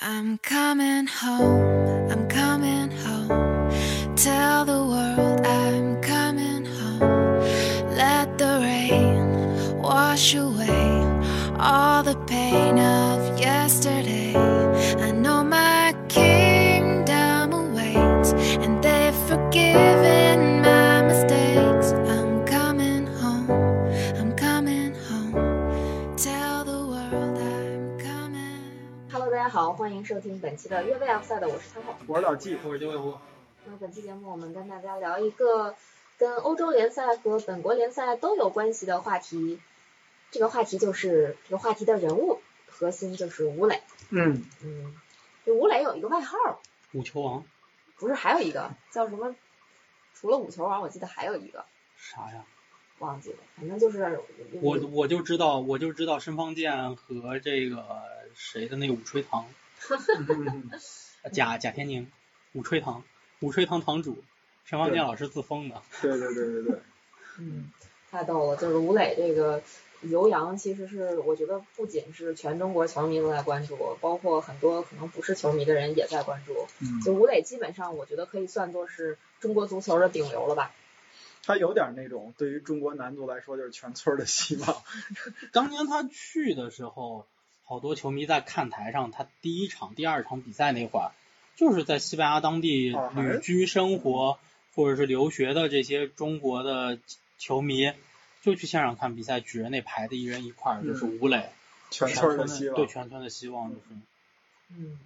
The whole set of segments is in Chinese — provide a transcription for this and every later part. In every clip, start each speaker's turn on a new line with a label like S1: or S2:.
S1: I'm coming home, I'm coming home. Tell the world I'm coming home. Let the rain wash away all the pain of yesterday. I know my kingdom awaits, and they've forgiven my mistakes. I'm coming home, I'm coming home. Tell the world I'm coming.
S2: Hello，大家好，欢迎收听本期的越位 Outside，我是汤后。
S3: 我是老纪，
S4: 我是九尾狐，
S2: 那本期节目我们跟大家聊一个跟欧洲联赛和本国联赛都有关系的话题，这个话题就是这个话题的人物核心就是吴磊。
S3: 嗯，
S2: 嗯，这吴磊有一个外号，
S4: 五球王
S2: 不是还有一个叫什么？除了五球王，我记得还有一个
S4: 啥 呀？
S2: 忘记了，反正就是
S4: 我我就知道，我就知道申方健和这个谁的那个武吹堂，呃贾贾天宁，武吹堂，武吹堂堂主，申方健
S3: 对
S4: 老师自封的。
S3: 对对对对对，
S2: 嗯，太逗了，就是吴磊这个留洋，其实是我觉得不仅是全中国球迷都在关注，包括很多可能不是球迷的人也在关注。
S3: 嗯，
S2: 就吴磊，基本上我觉得可以算作是中国足球的顶流了吧。
S3: 他有点那种对于中国男足来说就是全村儿的希 望，
S4: 当年他去的时候，好多球迷在看台上，他第一场、第二场比赛那会儿，就是在西班牙当地
S3: 哦还是
S4: 旅居生活或者是留学的这些中国的球迷，就去现场看比赛，举着那牌子一人一块儿，就是
S3: 嗯
S4: 吴磊。
S3: 全村儿的希望
S4: 对。全村的希望就是，
S2: 嗯，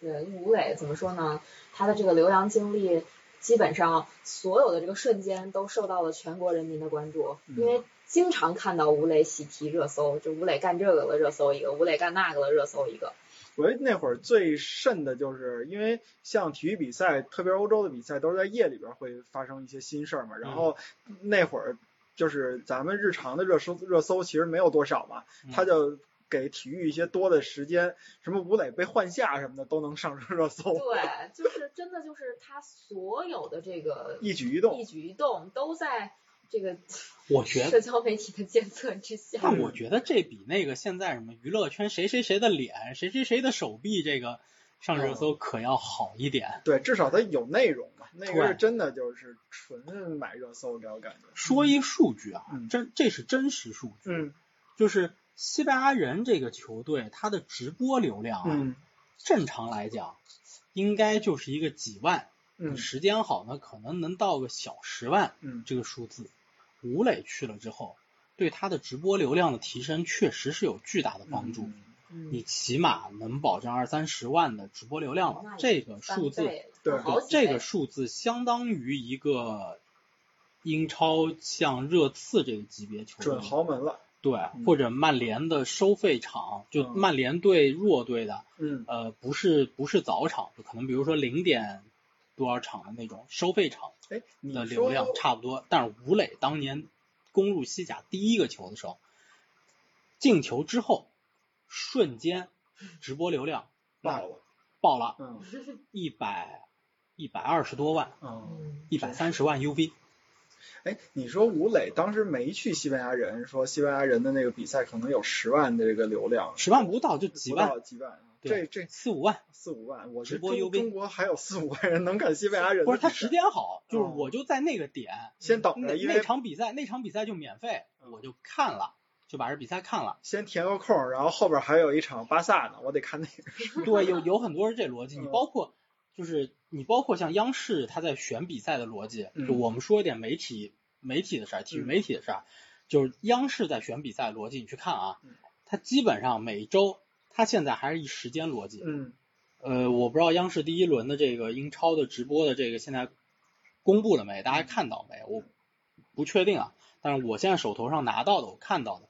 S2: 对，吴磊怎么说呢？他的这个留洋经历，基本上所有的这个瞬间都受到了全国人民的关注，因为经常看到吴磊喜提热搜，就吴磊干这个了热搜一个，吴磊干那个了热搜一个。
S3: 我觉得那会儿最甚的就是，因为像体育比赛，特别是欧洲的比赛，都是在夜里边儿会发生一些新事儿
S4: 嗯
S3: 嘛。然后那会儿就是咱们日常的热搜热搜其实没有多少嘛，
S4: 嗯
S3: 他就给体育一些多的时间，什么吴磊被换下什么的都能上热搜，
S2: 对，就是真的就是他所有的这个
S3: 一举一动
S2: 一。举一动都在这 个
S4: 我觉得，
S2: 社交媒体的监测之下。
S3: 嗯
S4: 但我觉得这比那个现在什么娱乐圈谁谁谁的脸、谁谁谁的手臂这个上热
S3: 嗯
S4: 搜可要好一点。
S3: 对，至少它有内容嘛，那个是
S4: 对
S3: 真的就是纯买热搜这种感觉。
S4: 说一数据啊
S3: 嗯，
S4: 真这是真实数据，
S3: 嗯
S4: 就是西班牙人这个球队他的直播流量啊，
S3: 嗯
S4: 正常来讲应该就是一个几万，
S3: 嗯
S4: 时间好呢可能能到个小十万
S3: 嗯，
S4: 这个数字。吴磊去了之后，对他的直播流量的提升确实是有巨大的帮助。
S2: 嗯
S4: 你起码能保证二三十万的直播流量
S2: 那
S4: 了
S2: 也。
S4: 这个
S2: 翻
S4: 数字，
S2: 倍了
S3: 对
S2: 好几
S4: 这
S2: 倍
S4: 个数字相当于一个英超像热刺这个级别球
S3: 准
S4: 队，
S3: 豪门了。
S4: 对，
S3: 嗯
S4: 或者曼联的收费场，就
S3: 嗯
S4: 曼联对弱队的，
S3: 嗯
S4: 呃，不是不是早场，就可能比如说零点多少场的那种收费场
S3: 哎，你
S4: 的流
S3: 说
S4: 量差不多。但是吴磊当年攻入西甲第一个球的时候，进球之后，瞬间直播流量
S3: 爆了。
S4: 爆了
S3: 嗯
S4: 一百一百二十多万，
S3: 嗯，
S2: 嗯
S4: 一百三十万 UV。
S3: 哎，你说吴磊当时没去西班牙人，说西班牙人的那个比赛可能有十万的这个流量，
S4: 十万不到就几
S3: 不
S4: 万，
S3: 到几万啊，这
S4: 对
S3: 这
S4: 四五万，
S3: 四五万，我
S4: 直
S3: 觉
S4: 播
S3: 得
S4: UV
S3: 中中国还有四五万人能看西班牙人的比赛，
S4: 不是他时间好，就是
S3: 哦
S4: 我就在那个点，
S3: 先等
S4: 那
S3: 着，呃因
S4: 那
S3: 为嗯
S4: 场比赛那场比赛就免费，我就看了，就把这比赛看了。
S3: 先填个空，然后后边还有一场巴萨呢，我得看那个。
S4: 对，有有很多是这逻辑，你
S3: 嗯
S4: 包括就是你包括像央视他在选比赛的逻辑，
S3: 嗯
S4: 就我们说一点媒体媒体的事儿，体育
S3: 嗯
S4: 媒体的事儿，就是央视在选比赛的逻辑，你去看啊
S3: 嗯，
S4: 它基本上每周它现在还是一时间逻辑，
S3: 嗯
S4: 呃，我不知道央视第一轮的这个英超的直播的这个现在公布了没？大家看到没？我不确定啊，但是我现在手头上拿到的，我看到的，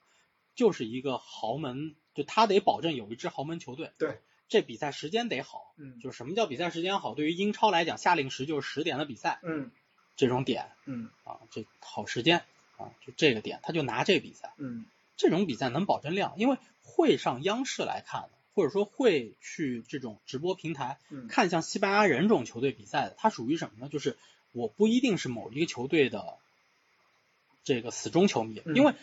S4: 就是一个豪门，就他得保证有一支豪门球队。
S3: 对，
S4: 这比赛时间得好。
S3: 嗯
S4: 就是什么叫比赛时间好？对于英超来讲，夏令时就是十点的比赛
S3: 嗯
S4: 这种点
S3: 嗯
S4: 啊，这好时间啊，就这个点，他就拿这比赛。
S3: 嗯
S4: 这种比赛能保证量，因为会上央视来看的，或者说会去这种直播平台
S3: 嗯
S4: 看像西班牙人这种球队比赛的，它属于什么呢？就是我不一定是某一个球队的这个死忠球迷，
S3: 嗯
S4: 因为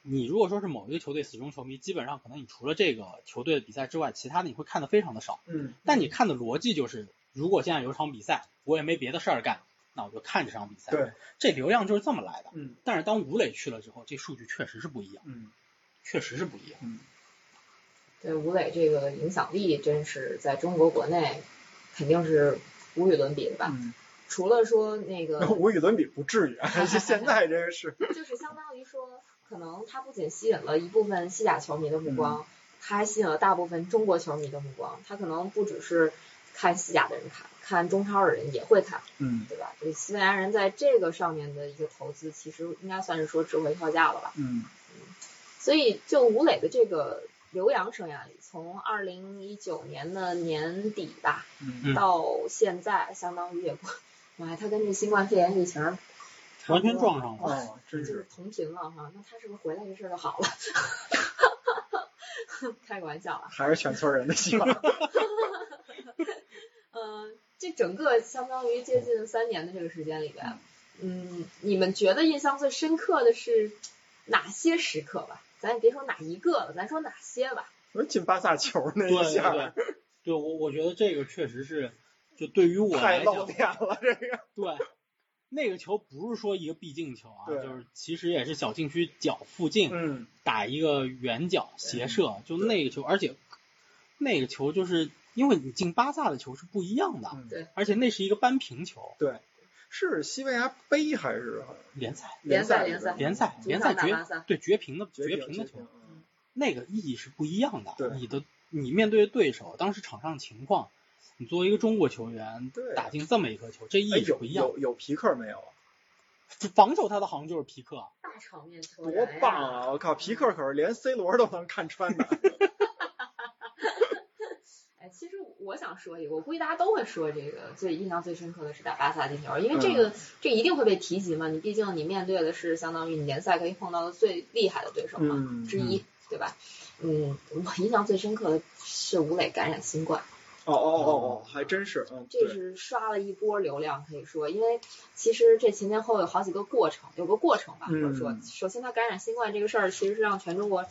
S4: 你如果说是某一个球队死忠球迷，基本上可能你除了这个球队的比赛之外，其他的你会看的非常的少。
S3: 嗯
S4: 但你看的逻辑就是，如果现在有一场比赛，我也没别的事儿干，那我就看这场比赛。
S3: 对，
S4: 这流量就是这么来的。
S3: 嗯
S4: 但是当吴磊去了之后，这数据确实是不一样，
S3: 嗯
S4: 确实是不一样。
S3: 嗯，
S2: 对吴磊这个影响力，真是在中国国内肯定是无与伦比的吧？
S3: 嗯，，
S2: 除了说那个
S3: 无与伦比不至于，是现在这个是，
S2: 就是相当于说，可能他不仅吸引了一部分西甲球迷的目光，他还吸引了大部分中国球迷的目光。他可能不只是看西甲的人看，看中超的人也会看，
S3: 嗯
S2: 对吧？就是西班牙人在这个上面的一个投资，其实应该算是说值回票价了吧？
S3: 嗯
S2: 所以就吴磊的这个留洋生涯里，从二零一九年的年底吧，
S3: 嗯
S2: 到现在，相当于也过，妈呀，他跟这新冠肺炎疫情儿差不
S4: 完全
S2: 多
S4: 撞上了。
S3: 哦，真
S2: 就是是同频了哈，那他是不是回来这事儿就好了？ 开个玩笑啊，
S3: 还是全村人的希望。
S2: 嗯、这整个相当于接近三年的这个时间里边，嗯，你们觉得印象最深刻的是哪些时刻吧？咱也别说哪一个了，咱说哪些吧。
S3: 我进巴萨球那
S4: 对
S3: 一
S4: 对
S3: 下
S4: 对
S3: 儿，
S4: 对我我觉得这个确实是，就对于我
S3: 太
S4: 来
S3: 露
S4: 讲，
S3: 脸了，这个。
S4: 对，那个球不是说一个必进球啊，
S3: 对
S4: 就是其实也是小禁区角附近
S3: 嗯
S4: 打一个远角斜射，就那个球，而且那个球就是因为你进巴萨的球是不一样的，
S3: 嗯，
S2: 对
S4: 而且那是一个扳平球，
S3: 是西班牙杯还是
S4: 联赛
S2: 联赛
S3: 赛里
S2: 联赛
S3: 边
S4: 联赛
S2: 主场
S4: 联赛
S2: 打
S4: 绝
S2: 巴萨
S4: 对绝平的
S3: 绝
S4: 绝平的球
S3: 平，嗯
S4: 那个意义是不一样的。
S3: 对
S4: 你的你面对的对手，当时场上情况，你作为一个中国球员
S3: 对
S4: 打进这么一颗球，这意
S3: 哎
S4: 义是
S3: 有
S4: 不一样的。
S3: 有有皮克没有？
S4: 防守他的好像就是皮克，啊
S2: 大场面球
S3: 多
S2: 员呀
S3: 棒啊！我靠，皮克可是连 C 罗都能看穿的。
S2: 哎，其实我想说一个，我估计大家都会说这个最印象最深刻的是打巴萨进球，因为这
S3: 嗯
S2: 个、这一定会被提及嘛。你毕竟你面对的是相当于你联赛可以碰到的最厉害的对手嘛、
S3: 嗯
S2: 之一，对吧？嗯，我印象最深刻的是吴磊感染新冠，
S3: 哦哦哦哦，还真是，嗯，
S2: 这
S3: 对，
S2: 是刷了一波流量，可以说，因为其实这前前后后有好几个过程，有个过程吧，或者说
S3: 嗯，
S2: 首先他感染新冠这个事儿，其实是让全中国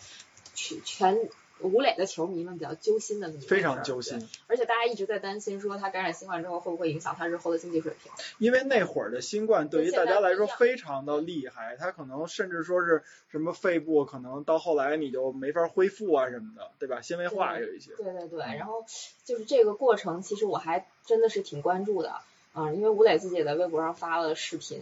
S2: 全全吴磊的球迷们比较揪心的这么一个
S3: 非
S2: 事
S3: 常
S2: 儿对
S3: 揪心。
S2: 而且大家一直在担心说他感染新冠之后会不会影响他日后的经济水平。
S3: 因为那会儿的新冠对于大家来说非常的厉害，它可能甚至说是什么肺部可能到后来你就没法恢复啊什么的，对吧？纤维化有一些，
S2: 对对对，
S3: 嗯
S2: 然后就是这个过程，其实我还真的是挺关注的，嗯，因为吴磊自己也在微博上发了视频，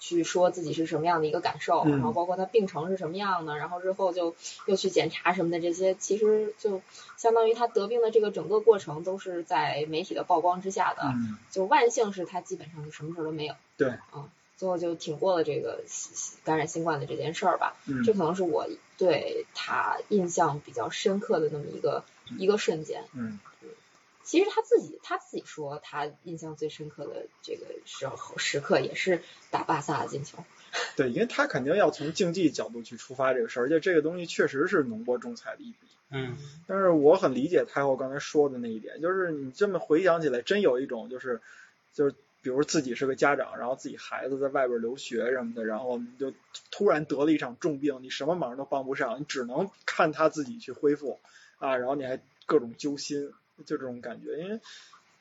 S2: 去说自己是什么样的一个感受，
S3: 嗯
S2: 然后包括他病程是什么样的，然后日后就又去检查什么的，这些其实就相当于他得病的这个整个过程都是在媒体的曝光之下的，
S3: 嗯，
S2: 就万幸是他基本上是什么事儿都没有。
S3: 对
S2: 啊，最后就挺过了这个新新感染新冠的这件事儿吧。
S3: 嗯
S2: 这可能是我对他印象比较深刻的那么一个、一个瞬间。
S3: 嗯，
S2: 其实他自己他自己说，他印象最深刻的这个时候时刻也是打巴萨的进球。
S3: 对，因为他肯定要从竞技角度去出发这个事儿，而且这个东西确实是浓墨重彩的一笔。
S4: 嗯，
S3: 但是我很理解太后刚才说的那一点，就是你这么回想起来，真有一种就是就是，比如自己是个家长，然后自己孩子在外边留学什么的，然后你就突然得了一场重病，你什么忙都帮不上，你只能看他自己去恢复啊，然后你还各种揪心，就这种感觉，因为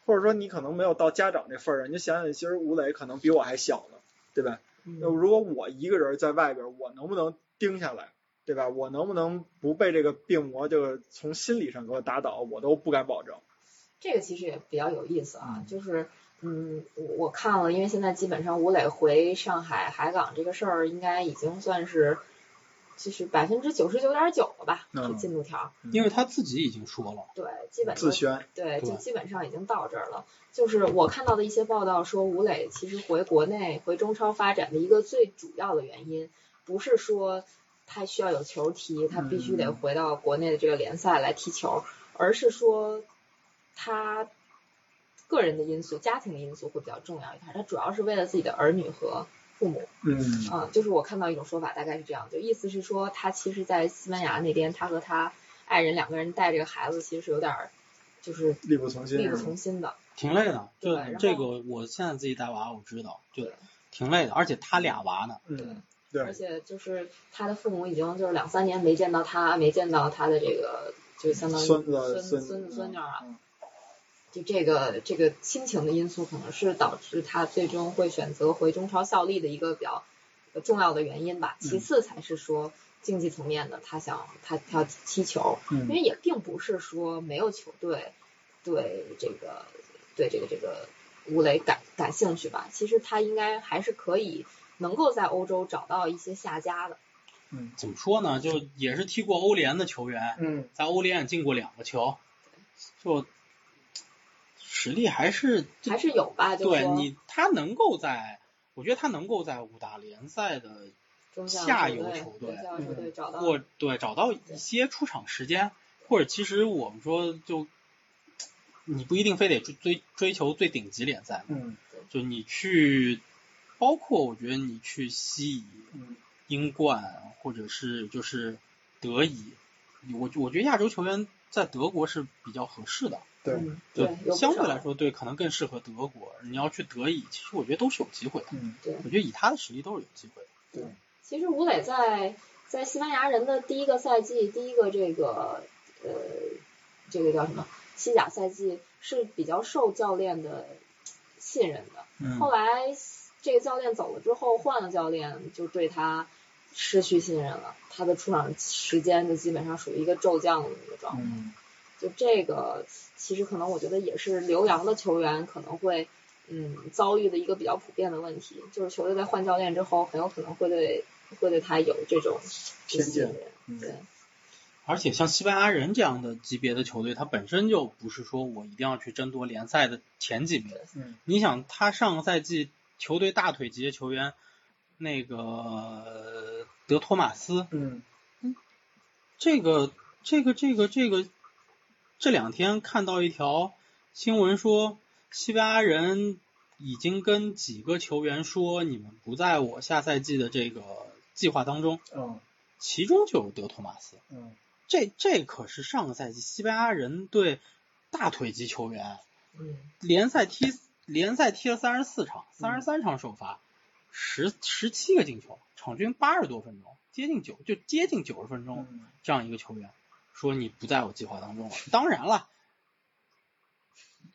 S3: 或者说你可能没有到家长这份儿上，你就想想，其实吴磊可能比我还小呢，对
S2: 嗯
S3: 吧？那如果我一个人在外边儿，我能不能盯下来，对吧？我能不能不被这个病魔就是从心理上给我打倒，我都不敢保证。
S2: 这个其实也比较有意思啊
S3: 嗯，
S2: 就是嗯，我我看了，因为现在基本上吴磊回上海海港这个事儿，应该已经算是就是百分之九十九点九了吧，
S3: 嗯
S2: 这进度条儿，
S4: 因为他自己已经说了，
S2: 对，基本上
S3: 自宣，
S2: 对，就
S4: 对
S2: 基本上已经到这儿了。就是我看到的一些报道说，吴磊其实回国内回中超发展的一个最主要的原因，不是说他需要有球踢，他必须得
S3: 嗯
S2: 回到国内的这个联赛来踢球，而是说他个人的因素、家庭的因素会比较重要一点。他主要是为了自己的儿女和父母。
S3: 嗯
S2: 嗯，就是我看到一种说法，大概是这样，就意思是说，他其实，在西班牙那边，他和他爱人两个人带这个孩子，其实是有点儿，就是
S3: 力不从心
S2: 力
S3: 是
S2: 不
S3: 吗
S2: 从？心的。
S4: 挺累的。
S2: 对
S4: 就
S2: 然后
S4: 这个，我现在自己带娃，我知道，就
S2: 对
S4: 挺累的。而且他俩娃呢，
S3: 嗯，
S2: 而且就是他的父母已经就是两三年没见到他，没见到他的这个就相当于
S3: 孙
S2: 孙
S3: 子
S2: 孙
S3: 孙
S2: 子孙女儿啊，
S3: 嗯
S2: 就这个这个亲情的因素可能是导致他最终会选择回中超效力的一个比较呃重要的原因吧。
S3: 嗯
S2: 其次才是说竞技层面的，他想他他要踢球，因为
S3: 嗯，
S2: 也并不是说没有球队对这个对这个这个吴磊感感兴趣吧。其实他应该还是可以能够在欧洲找到一些下家的。
S4: 怎么说呢？就也是踢过欧联的球
S2: 哎
S4: 员，
S3: 嗯，
S4: 在欧联也进过两个球，就实力还是
S2: 还是有吧，就
S4: 对
S2: 说
S4: 你，他能够在，我觉得他能够在五大联赛的
S2: 中下
S4: 下游
S2: 游
S4: 球
S2: 队，
S4: 队嗯
S2: 中下游球队找到
S4: 或对找到一些出场时间，或者其实我们说就，你不一定非得追追追求最顶级联赛，
S3: 嗯
S4: 就你去，包括我觉得你去西乙、
S3: 嗯
S4: 英冠或者是就是德乙，我我觉得亚洲球员在德国是比较合适的。
S3: 对
S2: 嗯
S4: 就
S2: 对，有不
S4: 相
S2: 少
S4: 对来说，对，可能更适合德国。你要去德乙，其实我觉得都是有机会的。
S3: 嗯
S4: 我觉得以他的实力都是有机会的。
S2: 其实吴磊在在西班牙人的第一个赛季，第一个这个呃这个叫什么西甲赛季是比较受教练的信任的。
S4: 嗯
S2: 后来这个教练走了之后，换了教练就对他失去信任了，他的出场时间就基本上属于一个骤降的一个状态。
S3: 嗯
S2: 就这个，其实可能我觉得也是留洋的球员可能会嗯遭遇的一个比较普遍的问题，就是球队在换教练之后，很有可能会对会对他有这种
S3: 偏见。
S2: 不信任
S3: 嗯
S2: 对，
S4: 而且像西班牙人这样的级别的球队，他本身就不是说我一定要去争夺联赛的前几名。
S3: 嗯
S4: 你想，他上个赛季球队大腿级的球员，那个呃德托马斯，
S3: 嗯
S4: 这个这个这个这个，这两天看到一条新闻说，西班牙人已经跟几个球员说，你们不在我下赛季的这个计划当中，
S3: 嗯
S4: 其中就有德托马斯。
S3: 嗯
S4: 这这可是上个赛季西班牙人对大腿级球员
S2: 嗯，
S4: 联赛踢联赛踢了三十四场，三十三场首发，十十七个进球，场均八十多分钟，接近九就接近九十分钟。
S3: 嗯
S4: 这样一个球员，说你不在我计划当中了。当然了，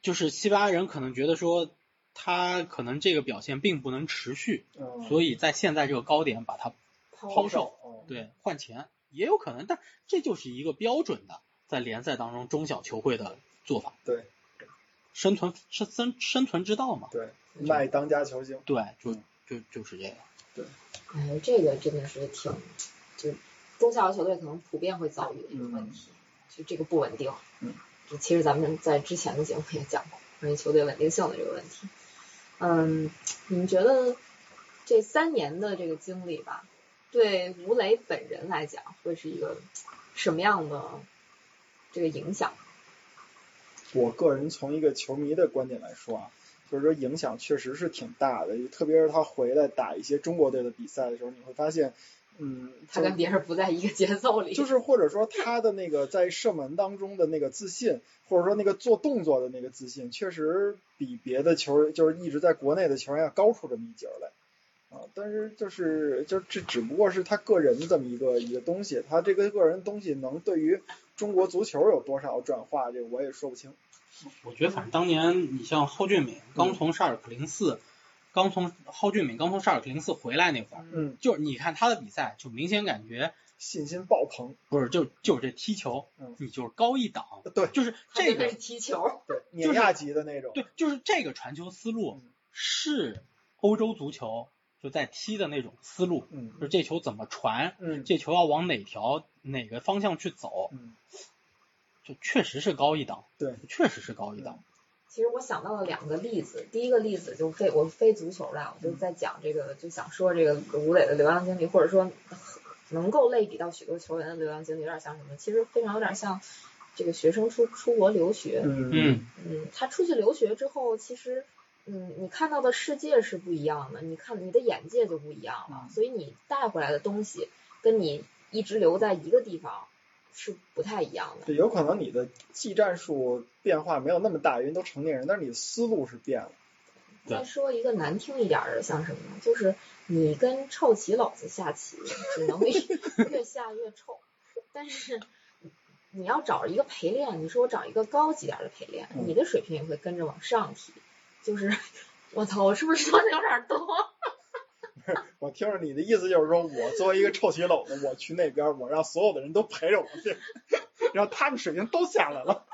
S4: 就是西班牙人可能觉得说他可能这个表现并不能持续，
S3: 嗯，
S4: 所
S3: 以
S4: 以在现在这个高点把他
S2: 抛
S4: 抛售，
S3: 哦，
S4: 对换钱也有可能，但这就是一个标准的在联赛当中中小球会的做法，
S3: 对
S4: 生存生生生存之道嘛，
S3: 对，卖当家球星，
S4: 对，就
S3: 嗯
S4: 就就是这个，
S2: 哎，这个真的是挺，就中下游球队可能普遍会遭遇的一个问题，就这个不稳定。
S3: 嗯，
S2: 就其实咱们在之前的节目也讲过关于球队稳定性的这个问题。嗯，你们觉得这三年的这个经历吧，对吴磊本人来讲会是一个什么样的这个影响？
S3: 我个人从一个球迷的观点来说啊，就是说影响确实是挺大的，特别是他回来打一些中国队的比赛的时候，你会发现，嗯，
S2: 他跟别人不在一个节奏里，
S3: 就是或者说他的那个在射门当中的那个自信，或者说那个做动作的那个自信，确实比别的球就是一直在国内的球员要高出这么一截儿来。啊，但是就是就这只不过是他个人这么一个一个东西，他这个个人东西能对于中国足球有多少转化，这我也说不清。
S4: 我觉得反正当年你像蒿俊闵刚从沙尔克零四，刚从蒿俊闵刚从沙尔克零四回来那会儿。
S3: 嗯，
S4: 就是你看他的比赛，就明显感觉
S3: 信心爆棚。
S4: 不是，就就是这踢球
S3: 嗯，
S4: 你就是高一档，
S3: 对
S4: 就是
S2: 他
S4: 这
S2: 真的
S4: 个
S2: 是踢球，
S3: 对，碾压级的那种。
S4: 对，就是这个传球思路
S3: 嗯
S4: 是欧洲足球就在踢的那种思路，
S3: 嗯
S4: 就是这球怎么传，
S3: 嗯
S4: 这球要往哪条哪个方向去走，
S3: 嗯
S4: 就确实是高一档，
S3: 对，
S4: 确实是高一档，
S2: 其实我想到了两个例子，第一个例子就非我非足球的，我就在讲这个，就想说这个吴磊的流浪经历，或者说能够类比到许多球员的流浪经历，有点像什么？其实非常有点像这个学生出出国留学，
S3: 嗯
S4: 嗯，
S2: 嗯，他出去留学之后，其实嗯，你看到的世界是不一样的，你看你的眼界就不一样了，所以你带回来的东西跟你一直留在一个地方是不太一样的。
S3: 对，有可能你的技战术变化没有那么大，因为都成年人，但是你的思路是变了。
S4: 对
S2: 再说一个难听一点儿的，像什么呢？就是你跟臭棋篓子下棋，只能 越下越臭。但是你要找一个陪练，你说我找一个高级点儿的陪练，
S3: 嗯
S2: 你的水平也会跟着往上提。就是我操，我是不是说的有点儿多？
S3: 我听着你的意思就是说，我作为一个臭棋篓子，我去那边，我让所有的人都陪着我去， 让他们水平都下来了。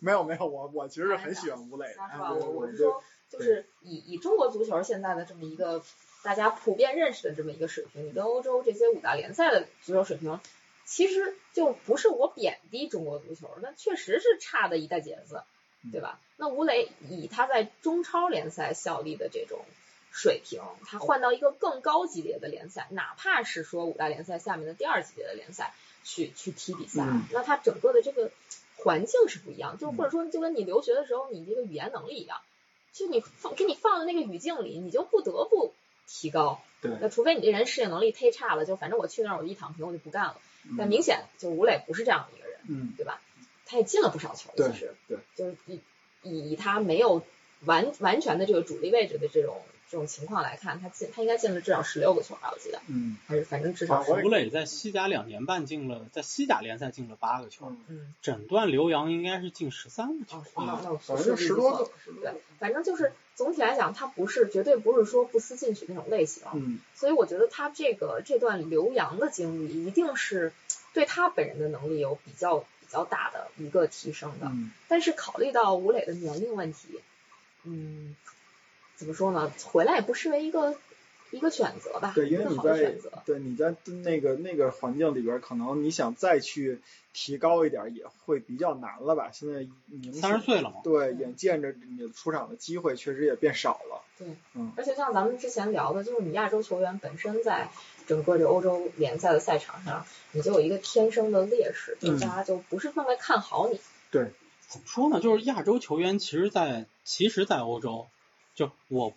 S3: 没有没有，我我其实很喜欢吴磊的，
S2: 啊那是
S3: 哎
S2: 吧？
S3: 我
S2: 我我
S3: 对
S2: 是说，就是以以中国足球现在的这么一个大家普遍认识的这么一个水平，你跟欧洲这些五大联赛的足球水平，其实就不是我贬低中国足球，那确实是差的一大截子，
S3: 嗯
S2: 对吧？那吴磊以他在中超联赛效力的这种。水平，他换到一个更高级别的联赛，哪怕是说五大联赛下面的第二级别的联赛去去踢比赛，
S3: 嗯
S2: 那他整个的这个环境是不一样，就
S3: 嗯
S2: 或者说就跟你留学的时候你这个语言能力一样，就你放给你放到那个语境里，你就不得不提高。
S3: 对
S2: 那除非你这人适应能力忒差了，就反正我去那儿我就一躺平我就不干了。但
S3: 嗯
S2: 明显就吴磊不是这样的一个人，
S3: 嗯
S2: 对吧？他也进了不少球，
S3: 对
S2: 其实
S3: 对，
S2: 就是以以以他没有完完全的这个主力位置的这种这种情况来看，他进他应该进了至少十六个球吧，我记得，
S3: 嗯
S2: 还是反正至少
S3: 啊我也
S2: 是
S4: 吴磊在西甲两年半进了，在西甲联赛进了八个球，
S3: 嗯，
S2: 嗯，
S4: 整段留洋应该是进十三个球
S2: 哦，，那
S4: 啊，
S2: 那我
S3: 反
S2: 数
S3: 正
S2: 据
S3: 就十
S2: 不
S3: 多
S2: 错
S3: 个，十多
S2: 对
S3: 个，
S2: 反正就是总体来讲，他不是绝对不是说不思进取那种类型，
S3: 嗯
S2: 所以我觉得他这个这段留洋的经历，一定是对他本人的能力有比较比较大的一个提升的。
S3: 嗯
S2: 但是考虑到吴磊的年龄问题，嗯，怎么说呢？回来也不失为一个一个选择吧，
S3: 对，因
S2: 一
S3: 为
S2: 个
S3: 你
S2: 好的
S3: 在
S2: 选择。
S3: 对你在那个那个环境里边，可能你想再去提高一点，也会比较难了吧？现在明
S4: 三十
S3: 显
S4: 岁了嘛，
S3: 对，眼见着你的出场的机会确实也变少了。
S2: 而且像咱们之前聊的，就是你亚洲球员本身在整个这欧洲联赛的赛场上，你就有一个天生的劣势，就
S3: 嗯
S2: 大家就不是那么看好你。
S4: 怎么说呢？就是亚洲球员，其实在，其实，在欧洲，就我，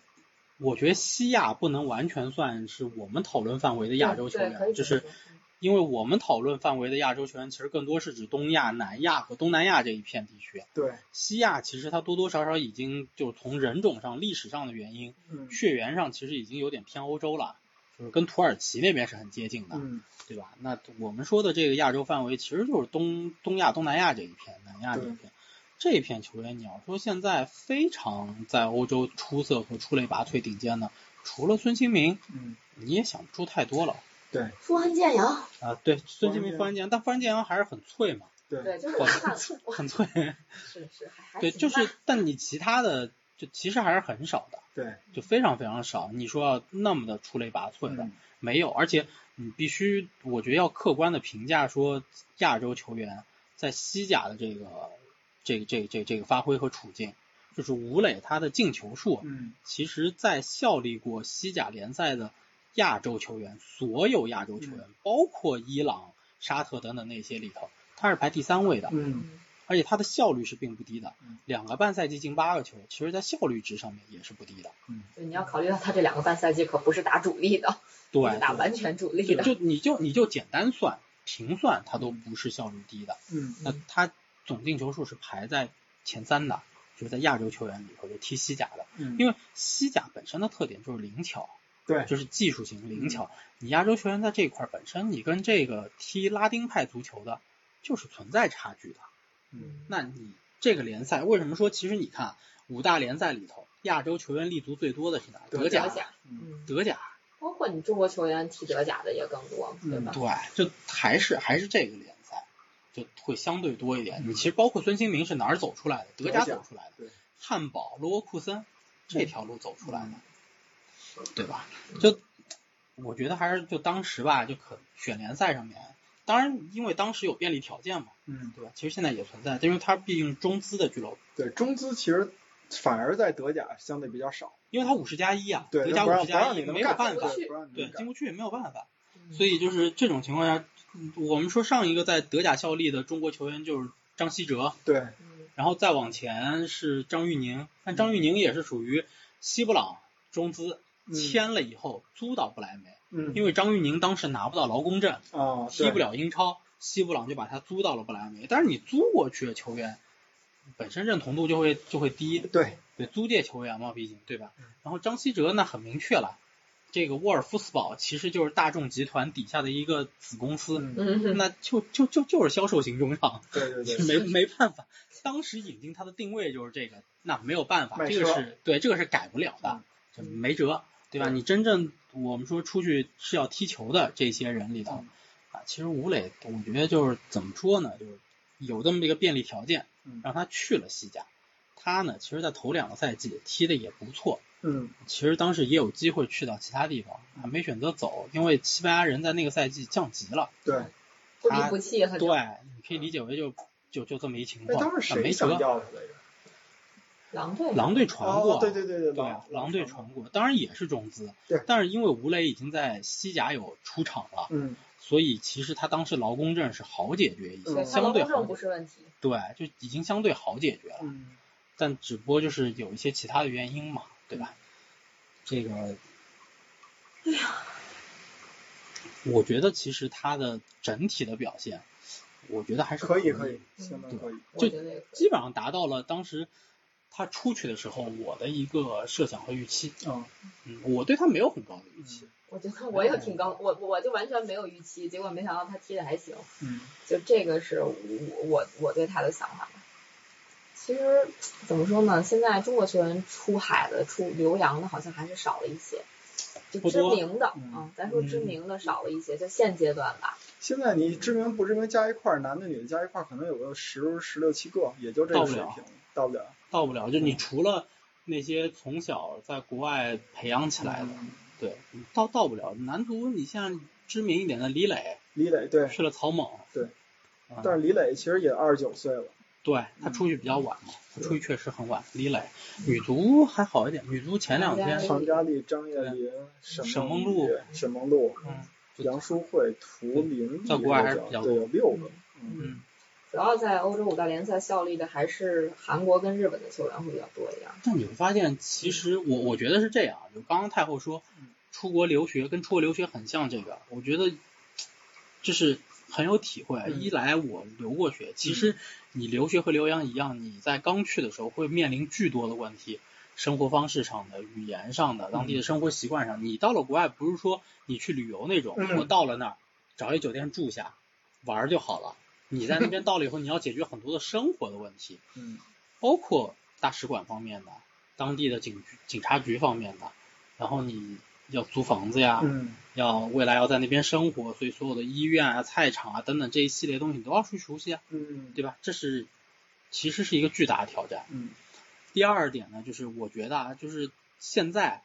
S4: 我觉得西亚不能完全算是我们讨论范围的亚洲球
S2: 对可以
S4: 员，就
S2: 这么
S4: 是
S2: 说
S4: 因为我们讨论范围的亚洲球员，其实更多是指东亚、南亚和东南亚这一片地区。
S3: 对，
S4: 西亚其实它多多少少已经就从人种上、历史上的原因，
S3: 嗯
S4: 血缘上其实已经有点偏欧洲了，就是跟土耳其那边是很接近的，
S3: 嗯，
S4: 对吧？那我们说的这个亚洲范围，其实就是东东亚、东南亚这一片、南亚这一片。这一片球员，你要说现在非常在欧洲出色和出类拔萃、顶尖的，除了孙兴民，
S3: 嗯，
S4: 你也想不出太多了
S2: 富安健洋，
S4: 啊。对，孙兴民、
S3: 健
S4: 富安健洋，但富安健洋还是很脆嘛，
S2: 对，就是
S4: 我
S2: 我看我
S4: 很脆。
S2: 是是还还
S4: 嗯对，
S2: 行
S4: 就是
S2: 吧，
S4: 但你其他的就其实还是很少的，
S3: 对，
S4: 就非常非常少。你说要那么的出类拔萃的，
S3: 嗯
S4: 没有，而且你必须，我觉得要客观的评价说亚洲球员在西甲的这个这个这个这个、这个发挥和处境，就是吴磊他的进球数，
S3: 嗯
S4: 其实在效力过西甲联赛的亚洲球员，所有亚洲球员，
S3: 嗯
S4: 包括伊朗、沙特等等那些里头，他是排第三位的。
S3: 嗯
S2: 嗯
S4: 而且他的效率是并不低的
S3: 嗯，
S4: 两个半赛季进八个球，其实在效率值上面也是不低的。
S3: 嗯
S2: 对，你要考虑到他这两个半赛季可不是打主力的，不是打
S4: 对，
S2: 完全主力
S4: 对
S2: 的。
S4: 就你就你就简单算平算，他都不是效率低的。
S3: 嗯
S4: 那他总进球数是排在前三的，就是在亚洲球员里头就踢西甲的，
S3: 嗯，
S4: 因为西甲本身的特点就是灵巧，
S3: 对，嗯
S4: 就是技术型灵巧。你亚洲球员在这一块儿本身，你跟这个踢拉丁派足球的，就是存在差距的。
S3: 嗯
S4: 那你这个联赛为什么说？其实你看啊五大联赛里头，亚洲球员立足最多的是哪？德
S3: 德
S4: 甲
S2: 德，甲，嗯，
S4: 德甲，
S2: 包括你中国球员踢德甲的也更多，对吧？
S4: 对，就还是还是这个联赛，就会相对多一点。你其实包括孙兴民是哪儿走出来的？德甲
S3: 德甲
S4: 走出来的
S3: 对，嗯
S4: 汉堡、罗沃库森这条路走出来的，对吧？就我觉得还是就当时吧，就可选联赛上面，当然因为当时有便利条件嘛，
S3: 嗯，
S4: 对吧？其实现在也存在，因为它毕竟中资的俱乐部。
S3: 对，中资其实反而在德甲相对比较少，
S4: 因为他五十加一啊，
S3: 对，
S4: 德
S3: 就
S4: 甲
S3: 不
S4: 五
S3: 让
S4: 十
S3: 不
S4: 加
S3: 让
S4: 一
S3: 你能
S4: 没有
S3: 干，
S4: 办法，
S3: 对不让你
S4: 对，
S3: 能
S4: 进
S3: 干，
S4: 不去也没有办法。
S2: 嗯
S4: 所以就是这种情况下，嗯我们说上一个在德甲效力的中国球员就是张稀哲，
S3: 对，
S2: 嗯
S4: 然后再往前是张玉宁，但张玉宁也是属于西布朗中资
S3: 嗯
S4: 签了以后租到不莱梅，
S3: 嗯，
S4: 因为张玉宁当时拿不到劳工证，
S3: 啊，
S4: 踢不
S3: 了，
S4: 了英超，西布朗就把他租到了不莱梅。但是你租过去的球员，本身认同度就会就会低。
S3: 对
S4: 对，租借球员嘛，毕竟对吧？然后张稀哲那很明确了，这个沃尔夫斯堡其实就是大众集团底下的一个子公司，
S3: 嗯，
S2: 嗯哼，
S4: 那就就就就是销售型中场，
S3: 对对对，
S4: 没没办法。当时引进它的定位就是这个，那没有办法，
S3: 卖
S4: 这个
S3: 车
S4: 是对，这个是改不了的，这
S3: 嗯
S4: 没辙，对吧？你真正我们说出去是要踢球的这些人里
S3: 嗯
S4: 头，啊，其实吴磊，我觉得就是怎么说呢，就是有这么一个便利条件
S3: 嗯，
S4: 让他去了西甲。他呢，其实，在头两个赛季踢的也不错，
S3: 嗯
S4: 其实当时也有机会去到其他地方，啊，没选择走，因为西班牙人在那个赛季降级了。
S3: 对。哎
S2: 不离不弃很
S4: 对
S2: 正，
S4: 你可以理解为就就就这么一情
S3: 哎，
S4: 况，
S3: 当时
S4: 啊没
S3: 谁
S4: 辙
S3: 想。要他来着？
S2: 狼队，
S4: 狼队传过，
S3: 哦，对对对对，
S4: 对啊
S3: 狼
S4: 狼队，传过，当然也是中资，
S3: 对
S4: 但是因为吴磊已经在西甲有出场了，
S3: 嗯，
S4: 所以其实他当时劳工证是好解决一些，
S2: 对，
S3: 嗯
S2: 他
S4: 相
S2: 们
S4: 对
S2: 公正
S4: 好
S2: 不
S4: 解，
S2: 是问题，
S4: 对，就已经相对好解决了，
S3: 嗯，
S4: 但只不过就是有一些其他的原因嘛，对吧？这个，哎呀，我觉得其实他的整体的表现，我觉得还是
S3: 可以
S4: 以
S3: 可以，相当可以，
S2: 我
S4: 就
S2: 觉得也可以。
S4: 基本上达到了当时他出去的时候我的一个设想和预期。
S3: 嗯
S4: 嗯，我对他没有很高的预期。
S2: 我觉得我也挺高，我我就完全没有预期，结果没想到他踢的还行，
S3: 嗯，
S2: 就这个是我我我对他的想法。其实怎么说呢，现在中国球员出海的、出留洋的，好像还是少了一些，就
S4: 不
S2: 知
S4: 多
S2: 名的啊、
S3: 嗯
S2: 咱说知名的少了一些，就现阶段吧。
S3: 现在你知名不知名加一块儿，男的女的加一块儿，可能有个十十六七个，也就这个水平，到不了。
S4: 到不了，就你除了那些从小在国外培养起来的，
S3: 嗯
S4: 对，到到不了。南图你像知名一点的李磊
S3: 李磊对，
S4: 去了草蜢，
S3: 对
S4: 啊，
S3: 但是李磊其实也二十九岁了，
S4: 对他出去比较晚嘛，他出去确实很晚。李磊，女足还好一点，女足前两天
S2: 嗯
S3: 唐佳丽、张叶林、沈
S4: 沈
S3: 梦
S4: 梦露、
S3: 沈梦露、
S4: 嗯
S3: 杨淑慧、涂林，
S4: 在国外还是比较多
S3: 对，有六个。
S4: 嗯，
S2: 主要在欧洲五大联赛效力的还是韩国跟日本的球员会比较多一点。
S4: 但你会发现，其实我我觉得是这样，就刚刚太后说，出国留学跟出国留学很像，这个我觉得就是很有体会。
S3: 嗯
S4: 一来我留过学，其实你留学和留洋一样，你在刚去的时候会面临巨多的问题，生活方式上的、语言上的、当地的
S3: 嗯
S4: 生活习惯上。你到了国外，不是说你去旅游那种，
S3: 嗯
S4: 我到了那儿找一酒店住下玩儿就好了。你在那边到了以后，你要解决很多的生活的问题。
S3: 嗯
S4: 包括大使馆方面的、当地的警局、警察局方面的，然后你要租房子呀，
S3: 嗯
S4: 要未来要在那边生活，所以所有的医院啊、菜场啊等等这一系列东西你都要去熟悉啊，
S3: 嗯
S4: 对吧？这是其实是一个巨大的挑战。
S3: 嗯
S4: 第二点呢，就是我觉得啊，就是现在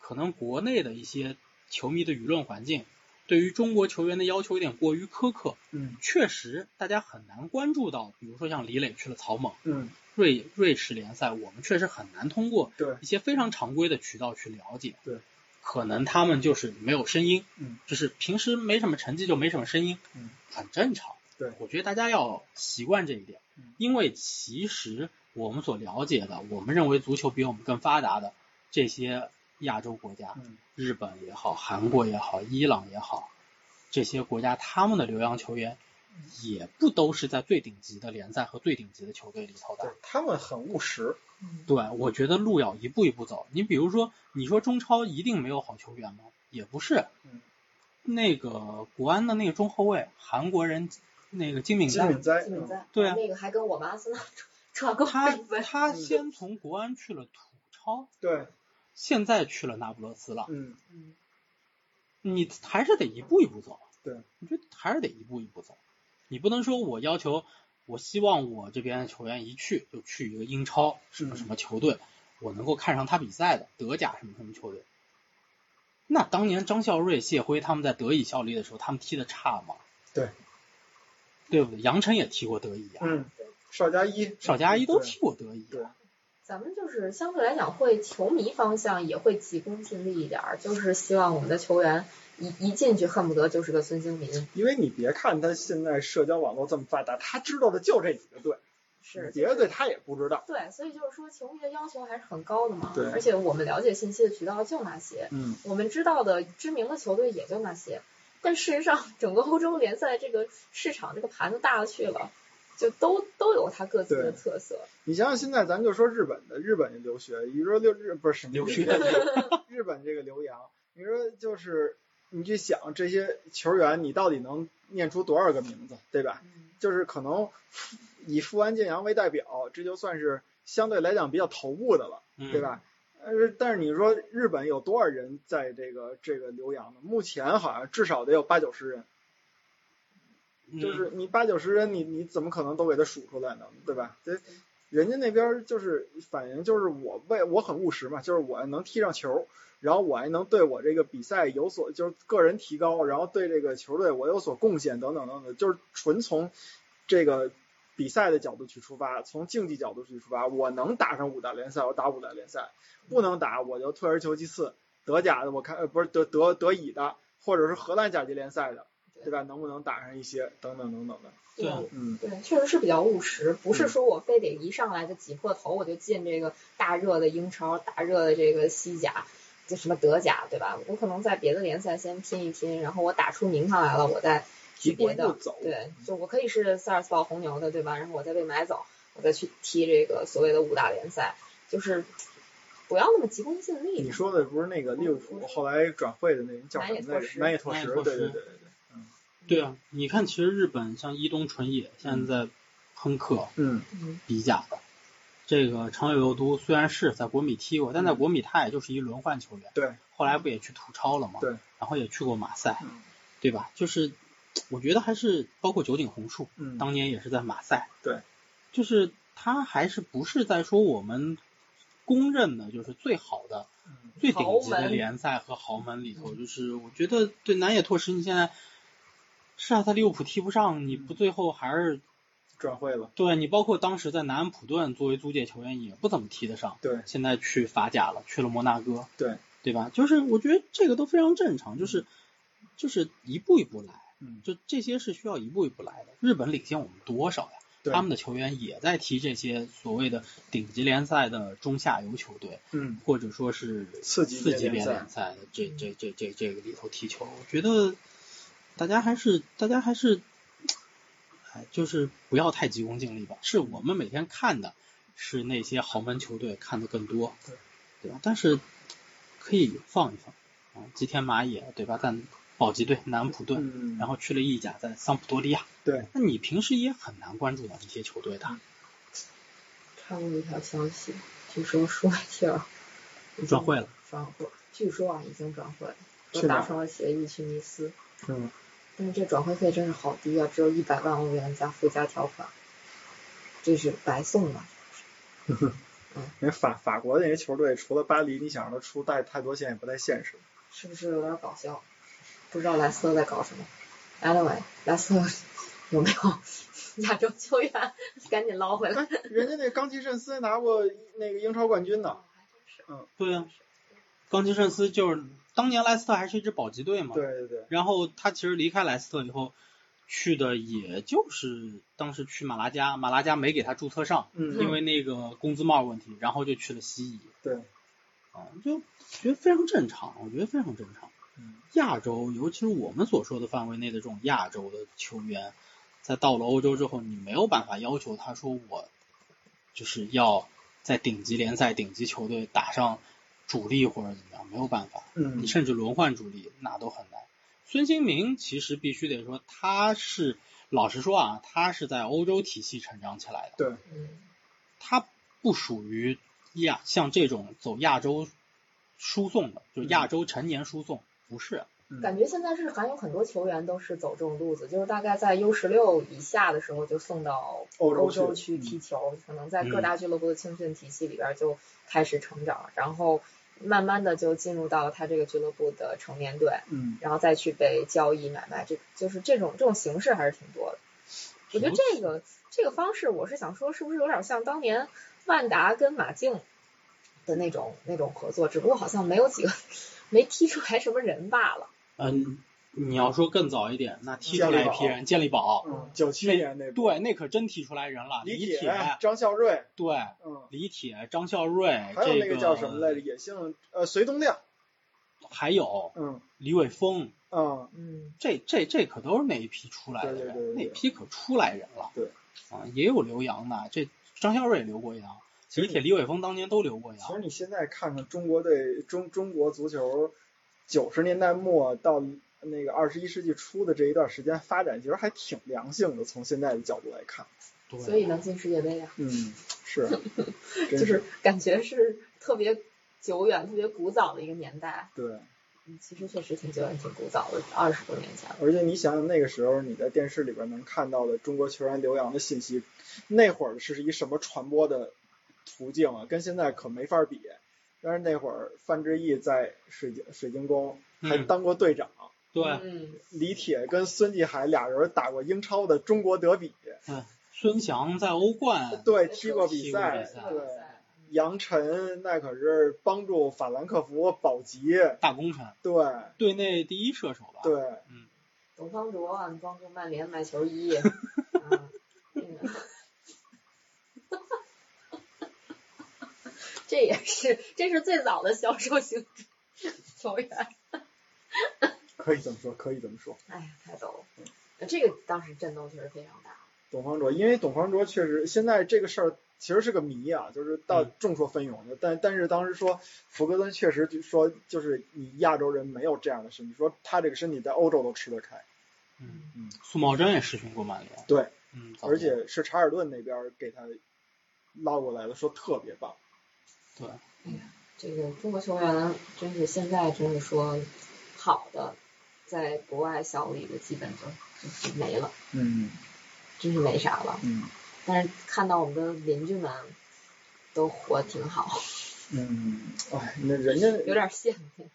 S4: 可能国内的一些球迷的舆论环境，对于中国球员的要求有点过于苛刻，
S3: 嗯
S4: 确实大家很难关注到，比如说像李磊去了草蜢。
S3: 嗯，
S4: 瑞瑞士联赛，我们确实很难通过
S3: 对嗯
S4: 一些非常常规的渠道去了解。
S3: 对，
S4: 可能他们就是没有声音，
S3: 嗯，
S4: 就是平时没什么成绩就没什么声音，
S3: 嗯，
S4: 很正常。
S3: 对
S4: 我觉得大家要习惯这一点
S3: 嗯，
S4: 因为其实我们所了解的，我们认为足球比我们更发达的这些亚洲国家，
S3: 嗯
S4: 日本也好，韩国也好，伊朗也好，这些国家他们的留洋球员。
S3: 嗯
S4: 也不都是在最顶级的联赛和最顶级的球队里头的，
S3: 对他们很务实，
S4: 对，我觉得路要一步一步走。你比如说，你说中超一定没有好球员吗？也不是。
S3: 嗯
S4: 那个国安的那个中后卫，韩国人那个金敏
S3: 金敏
S4: 哉，
S3: 哉
S2: 基，本在
S4: 对啊
S2: 那个还跟我们阿森纳转过
S4: 他
S2: 辈子。
S4: 他先从国安去了土超，
S3: 对，
S4: 现在去了那不勒斯了。
S3: 嗯
S2: 嗯
S4: 你还是得一步一步走。
S3: 对，
S4: 我觉得还是得一步一步走。你不能说我要求，我希望我这边的球员一去就去一个英超什么什么球队，我能够看上他比赛的德甲什么什么球队。那当年张笑瑞、谢辉他们在德乙效力的时候，他们踢的差吗？
S3: 对，
S4: 对不对？杨晨也踢过德乙啊，
S3: 嗯，邵佳一，
S4: 邵佳一都
S3: 对
S4: 踢过德乙、
S3: 对
S4: 啊，
S2: 咱们就是相对来讲，会球迷方向也会急功近利一点儿，就是希望我们的球员一一进去恨不得就是个孙兴民，
S3: 因为你别看他现在社交网络这么发达，他知道的就这几个队，
S2: 是
S3: 别的队他也不知道。
S2: 对，所以就是说球迷的要求还是很高的嘛。
S3: 对
S2: 而且我们了解信息的渠道就那些，
S3: 嗯，
S2: 我们知道的知名的球队也就那些。但事实上，整个欧洲联赛这个市场这个盘子大了去了，就都都有它各自的
S3: 对
S2: 特色。
S3: 你想想现在，咱们就说日本的，日本留学，你说留日不是什么
S4: 留学，
S3: 日本这个留洋，你说就是你去想这些球员，你到底能念出多少个名字，对吧？
S2: 嗯
S3: 就是可能以富安健洋为代表，这就算是相对来讲比较头部的了，
S4: 嗯
S3: 对？吧？呃，但是你说日本有多少人在这个这个留洋呢？目前好像至少得有八九十人，
S4: 嗯
S3: 就是你八九十人，你你怎么可能都给他数出来呢？对吧？这人家那边儿就是反应就是我为我很务实嘛，就是我能踢上球，然后我还能对我这个比赛有所就是个人提高，然后对这个球队我有所贡献等等等等，就是纯从这个比赛的角度去出发，从竞技角度去出发，我能打上五大联赛，我打五大联赛；不能打，我就退而求其次。德甲的我看呃不是德德德乙的，或者是荷兰甲级联赛的，对吧？能不能打上一些等等等等的，
S4: 对
S2: 嗯
S3: 嗯，
S2: 对，确实是比较务实，不是
S3: 嗯
S2: 说我非得一上来就挤破头我就进这个大热的英超、大热的这个西甲，就什么德甲，对吧？我可能在别的联赛先拼一拼，然后我打出名堂来了，我再去
S3: 一步
S2: 别
S3: 一
S2: 的
S3: 步。走，
S2: 对，就我可以是萨尔斯堡红牛的，对吧？然后我再被买走，我再去踢这个所谓的五大联赛，就是不要那么急功近利。
S3: 你说的不是那个利物浦后来转会的那人叫什么来着？
S2: 南
S3: 南
S2: 野
S3: 野拓
S4: 实
S3: 实，
S4: 南野拓
S3: 对
S4: 实
S3: 对对对对，
S4: 对啊，你看，其实日本像伊东纯也现在在亨克
S3: 嗯，
S2: 嗯，
S4: 比甲的，这个长友佑都虽然是在国米踢过，但
S3: 嗯
S4: 在国米他也就是一轮换球员，
S3: 对，
S4: 后来不也去土超了吗？
S3: 对，
S4: 然后也去过马赛，
S3: 嗯
S4: 对吧？就是我觉得还是包括酒井宏树，
S3: 嗯，
S4: 当年也是在马赛，
S3: 对，
S4: 就是他还是不是在说我们公认的就是最好的
S3: 嗯
S4: 最顶级
S2: 豪
S4: 的
S2: 门
S4: 联赛和豪门里头，就是我觉得对南野拓实，你现在是啊，在利物浦踢不上，你不最后还是
S3: 转会了，
S4: 对你，包括当时在南安普顿作为租借球员也不怎么踢得上，
S3: 对
S4: 现在去法甲了，去了摩纳哥，
S3: 对
S4: 对吧？就是我觉得这个都非常正常，就是就是一步一步来，
S3: 嗯，
S4: 就这些是需要一步一步来的。日本领先我们多少呀？
S3: 对
S4: 他们的球员也在踢这些所谓的顶级联赛的中下游球队，
S3: 嗯，
S4: 或者说是
S3: 次级别
S4: 次级别
S3: 联赛
S4: 联赛的这这这这这个里头踢球，我觉得大家还是大家还是，哎，就是不要太急功近利吧。是我们每天看的是那些豪门球队看的更多，
S3: 对
S4: 对吧？但是可以放一放啊，吉田麻也对吧？在保级队南安普顿，
S3: 嗯，
S4: 然后去了意甲，在桑普多利亚。
S3: 对，
S4: 那你平时也很难关注到这些球队的。
S3: 嗯
S2: 看过一条消息，据说舒马切尔已经
S4: 转会了，
S2: 转会，据说啊已经转会了，
S3: 去
S2: 和
S3: 哪儿
S2: 达成了协议去尼斯。
S3: 嗯，
S2: 但是这转会费真是好低啊，只有一百万欧元加附加条款，这是白送吧？
S3: 人法法国那些球队除了巴黎，你想让他出带太多线也不太现实，
S2: 是不是有点搞笑？不知道莱斯特在搞什么。Anyway，莱斯特有没有亚洲球员？赶紧捞 回来。
S3: 人家那冈崎慎司拿过那个英超冠军呢，
S2: 还真是
S4: 对啊，冈崎慎司就是当年莱斯特还是一支保级队嘛，
S3: 对对对，
S4: 然后他其实离开莱斯特以后，去的也就是当时去马拉加，马拉加没给他注册上，
S3: 嗯，
S4: 因为那个工资帽问题，然后就去了西乙。
S3: 对，
S4: 啊，就觉得非常正常，我觉得非常正常。
S3: 嗯
S4: 亚洲，尤其是我们所说的范围内的这种亚洲的球员，在到了欧洲之后，你没有办法要求他说我就是要在顶级联赛、顶级球队打上主力或者怎么样，没有办法。
S3: 嗯
S4: 你，甚至轮换主力那都很难。孙兴民其实必须得说，他是老实说啊，他是在欧洲体系成长起来的，
S3: 对，
S2: 嗯，
S4: 他不属于亚像这种走亚洲输送的，就亚洲成年输送，不是。
S3: 嗯
S2: 感觉现在日韩有很多球员都是走这种路子，就是大概在 U 十六以下的时候就送到
S3: 欧洲
S2: 欧
S3: 去嗯
S2: 洲去踢球，可能在各大俱乐部的青训体系里边就开始成长，然后慢慢的就进入到他这个俱乐部的成年队，
S3: 嗯，
S2: 然后再去被交易买卖，这就是这种这种形式还是挺多的。我觉得这个这个方式，我是想说，是不是有点像当年万达跟马竞的那种那种合作，只不过好像没有几个没踢出来什么人罢了。
S4: 嗯，你要说更早一点，那踢出
S3: 健力
S4: 来一
S3: 宝
S4: 批人，健力宝，
S3: 嗯，九七年那波
S4: 对，那可真踢出来人了，
S3: 李
S4: 李
S3: 铁
S4: 铁、，
S3: 张孝瑞，
S4: 对，
S3: 嗯，
S4: 李铁、张孝瑞，
S3: 还有那
S4: 这
S3: 叫什么来着？？也姓呃隋东亮，
S4: 还有
S3: 嗯
S4: 李玮峰，
S3: 嗯，
S2: 嗯，
S4: 这这这可都是那一批出来的
S3: 对对
S4: 人，
S3: 对对对
S4: 那批可出来人了。
S3: 对，
S4: 啊，也有留洋的，这张孝瑞也留过洋，其实铁李玮峰当年都留过
S3: 其
S4: 洋，
S3: 实你现在看看中国队中中国足球九十年代末到那个二十一世纪初的这一段时间发展，其实还挺良性的。从现在的角度来看，
S4: 对，
S2: 所以能进世界杯啊，
S3: 嗯， 是，真
S2: 就是感觉是特别久远、特别古早的一个年代。
S3: 对。
S2: 嗯其实确实挺久远、挺古早的，二十多年前了。
S3: 而且你想想那个时候你在电视里边能看到的中国球员留洋的信息，那会儿是一什么传播的途径啊？跟现在可没法比。但是那会儿范志毅在水晶水晶宫还
S4: 嗯
S3: 当过队长，
S4: 对，
S2: 嗯，
S3: 李铁跟孙继海俩人打过英超的中国德比，
S4: 孙翔在欧冠，
S3: 对，踢过
S4: 踢
S3: 比
S4: 过
S3: 赛
S4: 比，赛
S3: 对。杨晨那可是帮助法兰克福保级，
S4: 大功臣，
S3: 对
S4: 队内第一射手吧，
S3: 对，
S2: 董方卓啊帮助曼联买球衣，啊，那个 这也是这是最早的销售型球员。
S3: 可以这么说，可以这么说。
S2: 哎呀，太逗了，嗯这个当时震动确实非常大。
S3: 董方卓，因为董方卓确实现在这个事儿其实是个谜啊，就是到
S4: 嗯
S3: 众说纷纭的。但但是当时说福格森确实就说，就是你亚洲人没有这样的身体，说他这个身体在欧洲都吃得开，
S4: 嗯
S3: 嗯，
S4: 苏茂贞也师训过曼联，
S3: 对，
S4: 嗯，早
S3: 而
S4: 年
S3: 且是查尔顿那边给他捞过来的，说特别棒。
S4: 对，
S2: 这个中国球员真是现在真是说好的，在国外效力的基本就就是没了，
S3: 嗯
S2: 真是没啥了。
S3: 嗯
S2: 但是看到我们的邻居们都活挺好，
S3: 嗯，哎，那人家
S2: 有点羡慕。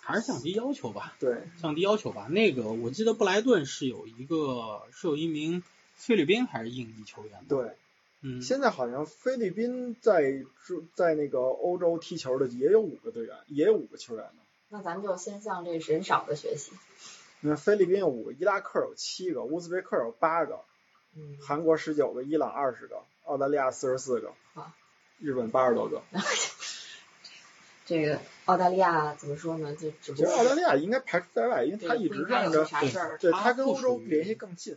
S4: 还是降低要求吧，
S3: 对，
S4: 降低要求吧。那个我记得布莱顿是有一个是有一名菲律宾还是印尼球员的，
S3: 对，
S4: 嗯，
S3: 现在好像菲律宾在中在那个欧洲踢球的也有五个队员，也有五个球员呢。
S2: 那咱们就先向这人少的学习。
S3: 那菲律宾有五个，伊拉克有七个，乌兹别克有八个，
S2: 嗯，
S3: 韩国十九个，伊朗二十个，澳大利亚四十四个
S2: 啊，
S3: 日本八十多个。
S2: 这个澳大利亚怎么说呢？就只
S3: 其
S2: 不
S3: 实澳大
S2: 过
S3: 利亚应该排除在外，因为
S2: 对
S3: 他一
S2: 不
S3: 直
S2: 应该
S3: 让
S2: 有
S3: 着，
S2: 啥事儿。
S3: 对
S4: 它
S3: 他跟
S4: 不
S3: 欧洲
S4: 属于
S3: 联系更近。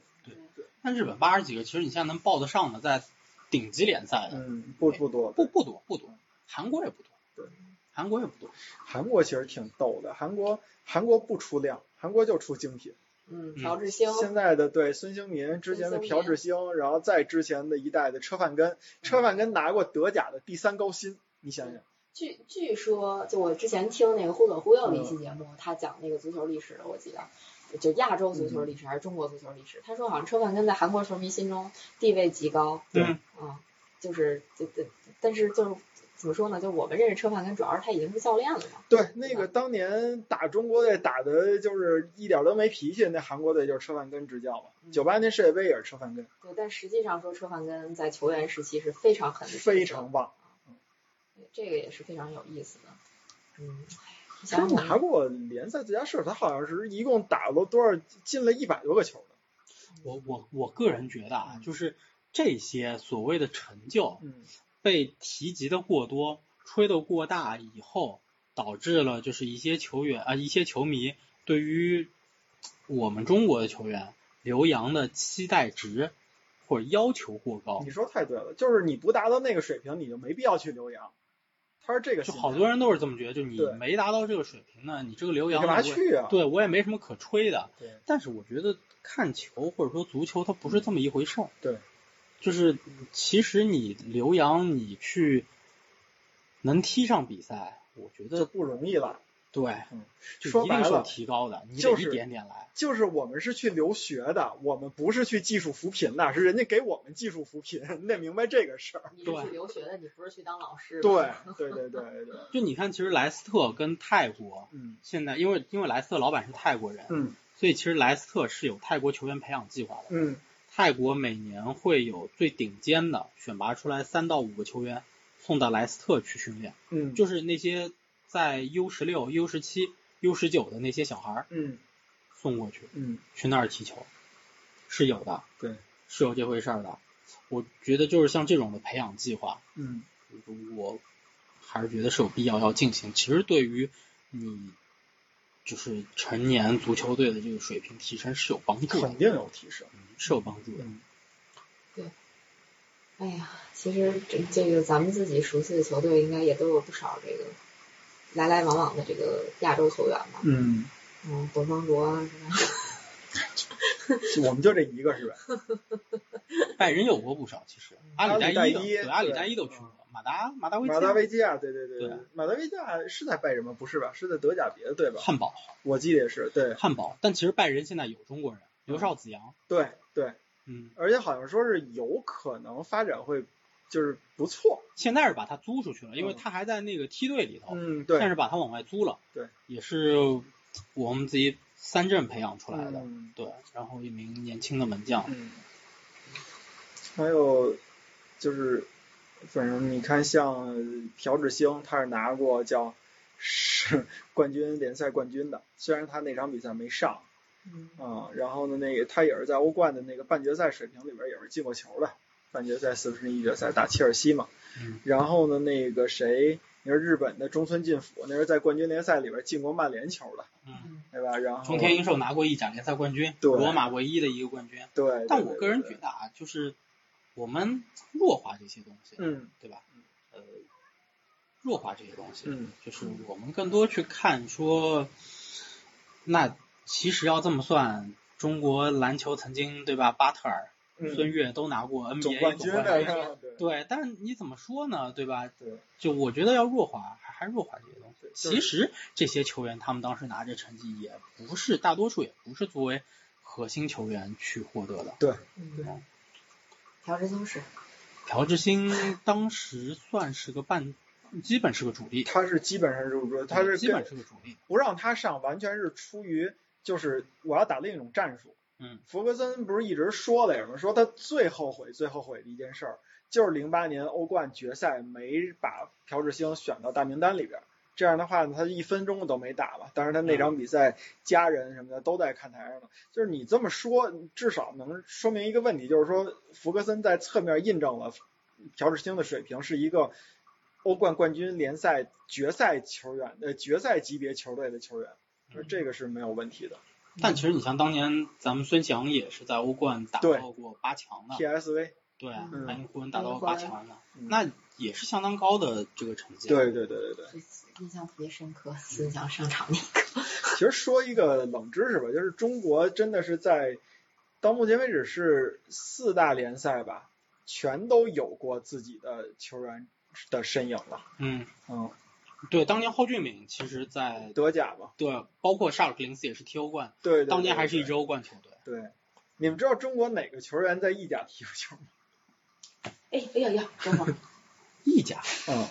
S4: 但日本八十几个，其实你现在能报得上的，在顶级联赛的
S3: 嗯，不不多。
S4: 不不多不多，韩国也不多，
S3: 对，
S4: 韩国也不多，
S3: 韩国其实挺逗的，韩国韩国不出量，韩国就出精品。
S2: 嗯，
S4: 嗯
S2: 朴智星，
S3: 现在的对孙兴民之前的朴智星，然后再之前的一代的车范根，车范根拿过德甲的第三高薪，你想想，
S2: 据据说，就我之前听那个《忽左忽右》的
S3: 嗯
S2: 一期节目，他讲那个足球历史的，我记得。就亚洲足球历
S3: 嗯
S2: 史还是中国足球历史，他说好像车范根在韩国球迷心中地位极高，
S3: 对
S4: 嗯
S2: 啊，就是这这，但是就是怎么说呢？就我们认识车范根，主要是他已经是教练了嘛，
S3: 对那个当年打中国队打的就是一点都没脾气，那韩国队就是车范根执教嘛
S2: 嗯，
S3: 九八年世界杯也是车范根，
S2: 对，但实际上说车范根在球员时期是非常狠的，
S3: 非常棒，
S2: 这个也是非常有意思的。嗯，哎
S3: 他
S2: 想想
S3: 拿过联赛最佳射手，他好像是一共打了多少，进了一百多个球的，
S4: 我我我个人觉得啊，就是这些所谓的成就
S3: 嗯，
S4: 被提及的过多、吹得过大以后，导致了就是一些球员啊、一些球迷对于我们中国的球员留洋的期待值或者要求过高
S3: 你，说太对了，就是你不达到那个水平，你就没必要去留洋，他是这个
S4: 就
S3: 心态，
S4: 好多人都是这么觉得，就你
S3: 对
S4: 没达到这个水平呢，你这个留
S3: 你
S4: 洋
S3: 干嘛
S4: 我也
S3: 去啊？
S4: 对我也没什么可吹的。
S3: 对嗯
S4: 但是我觉得看球或者说足球它不是这么一回事儿。
S3: 对。
S4: 就是其实你留洋，你去能踢上比赛，我觉
S3: 这
S4: 得
S3: 不容易了。
S4: 对
S3: 嗯，
S4: 就
S3: 说
S4: 一
S3: 白
S4: 定是有
S3: 了
S4: 提高的，你得
S3: 就是
S4: 一点点来。
S3: 就是我们是去留学的，我们不是去技术扶贫的，是人家给我们技术扶贫， 你得明白这个事儿。
S2: 你是去
S4: 对
S2: 留学的，你不是去当老师的。
S3: 对，对对对对对，
S4: 就你看，其实莱斯特跟泰国
S3: 嗯
S4: 现在，因为因为莱斯特老板是泰国人，
S3: 嗯
S4: 所以其实莱斯特是有泰国球员培养计划的。
S3: 嗯
S4: 泰国每年会有最顶尖的选拔出来三到五个球员送到莱斯特去训练，
S3: 嗯，
S4: 就是那些在 U 十六、U 十七、U 十九的那些小孩儿
S3: 嗯
S4: 送过去。
S3: 嗯
S4: 去那儿踢球，是有的，
S3: 对，
S4: 是有这回事儿的。我觉得就是像这种的培养计划，
S3: 嗯，
S4: 我还是觉得是有必要要进行。其实对于你就是成年足球队的这个水平提升是有帮助的
S3: 肯，定有提升。
S4: 嗯是有帮助的。
S3: 嗯
S2: 对，哎呀，其实这这个咱们自己熟悉的球队，应该也都有不少这个来来往往的这个亚洲球员吧。
S3: 嗯，
S2: 嗯，董方卓啊，是吧？
S3: 我们就这一个嗯 是吧？
S4: 拜仁有过不少，其实阿
S3: 阿
S4: 里
S3: 里代
S4: 伊的，
S3: 伊
S4: 对阿里
S3: 对嗯
S4: 代伊都去过，马达马达维奇
S3: 马达维基亚，对啊对对啊
S4: 对
S3: 马达维基亚是在拜仁吗？不是吧？是在德甲别的队吧？
S4: 汉堡
S3: 我记得也是，对
S4: 汉堡，但其实拜仁现在有中国人，刘少子阳，
S3: 对对，
S4: 嗯，
S3: 而且好像说是有可能发展会就是不错，
S4: 现在是把他租出去了，因为
S3: 嗯
S4: 他还在那个梯队里头，
S3: 嗯，
S4: 但
S3: 对，
S4: 是把他往外租了，
S3: 对，
S4: 也是我们自己三镇培养出来的，
S3: 嗯
S4: 对，然后一名年轻的门将，
S3: 嗯，还有就是，反正你看像朴智星，他是拿过叫是冠军联赛冠军的，虽然他那场比赛没上
S2: 嗯，
S3: 啊、然后呢，那个他也是在欧冠的那个半决赛水平里边也是进过球的，半决赛四分之一决赛打切尔西嘛，
S4: 嗯
S3: 然后呢，那个谁，你说日本的中村进辅，那是在冠军联赛里边进过曼联球的，
S2: 嗯
S3: 对吧？然后
S4: 中天英寿拿过意甲联赛冠军，
S3: 对
S4: 罗马唯一的一个冠军，
S3: 对，对
S4: 但
S3: 对
S4: 我
S3: 对
S4: 个人
S3: 对
S4: 觉得啊，就是我们弱化这些东西，
S3: 嗯
S4: 对吧？呃，弱化这些东西，
S3: 嗯，
S4: 就是我们更多去看说，那其实要这么算，中国篮球曾经对吧，巴特尔、
S3: 嗯
S4: 孙悦都拿过 NBA
S3: 总冠军的
S4: 总冠军
S3: 是吧？对
S4: 对，但你怎么说呢，对吧？
S3: 对，
S4: 就我觉得要弱化，还还弱化这些东西
S3: 对。就是
S4: 其实这些球员他们当时拿着成绩，也不是大多数也不是作为核心球员去获得的。
S2: 嗯，朴智星是，
S4: 朴智星当时算是个半，基本是个主力，
S3: 他是基本上是不是他是
S4: 基本
S3: 跟
S4: 是个主力。
S3: 不让他上，完全是出于就是我要打另一种战术。
S4: 嗯，
S3: 弗格森不是一直说了吗？说他最后悔、最后悔的一件事儿，就是零八年欧冠决赛没把朴智星选到大名单里边儿。这样的话呢，他一分钟都没打了。但是他那场比赛，家人什么的都在看台上呢。就是你这么说，至少能说明一个问题，就是说弗格森在侧面印证了朴智星的水平是一个欧冠冠军联赛决赛球员，呃，决赛级别球队的球员，就是这个是没有问题的。
S4: 但其实你像当年咱们孙祥也是在欧冠打
S3: 对
S4: 到过八强的，
S3: PSV，
S4: 对啊，
S3: 嗯
S4: 南英湖人打到过
S2: 南
S4: 八
S2: 英湖
S4: 强的，
S3: 嗯
S4: 那也是相当高的这个成绩。
S3: 对对对对对。
S2: 印象特别深刻，孙翔上场那个，
S3: 其实说一个冷知识吧，就是中国真的是在到目前为止是四大联赛吧，全都有过自己的球员的身影了。
S4: 嗯，
S3: 嗯，
S4: 对，当年蒿俊闵其实在
S3: 德甲嘛，
S4: 对，啊包括沙尔克零四也是踢欧冠，
S3: 对对对
S4: 当年还是一
S3: 对
S4: 支欧冠球队。
S3: 对。你们知道中国哪个球员在意甲踢过球吗？
S2: 哎，哎呀呀，等会儿，
S4: 意甲
S3: 嗯，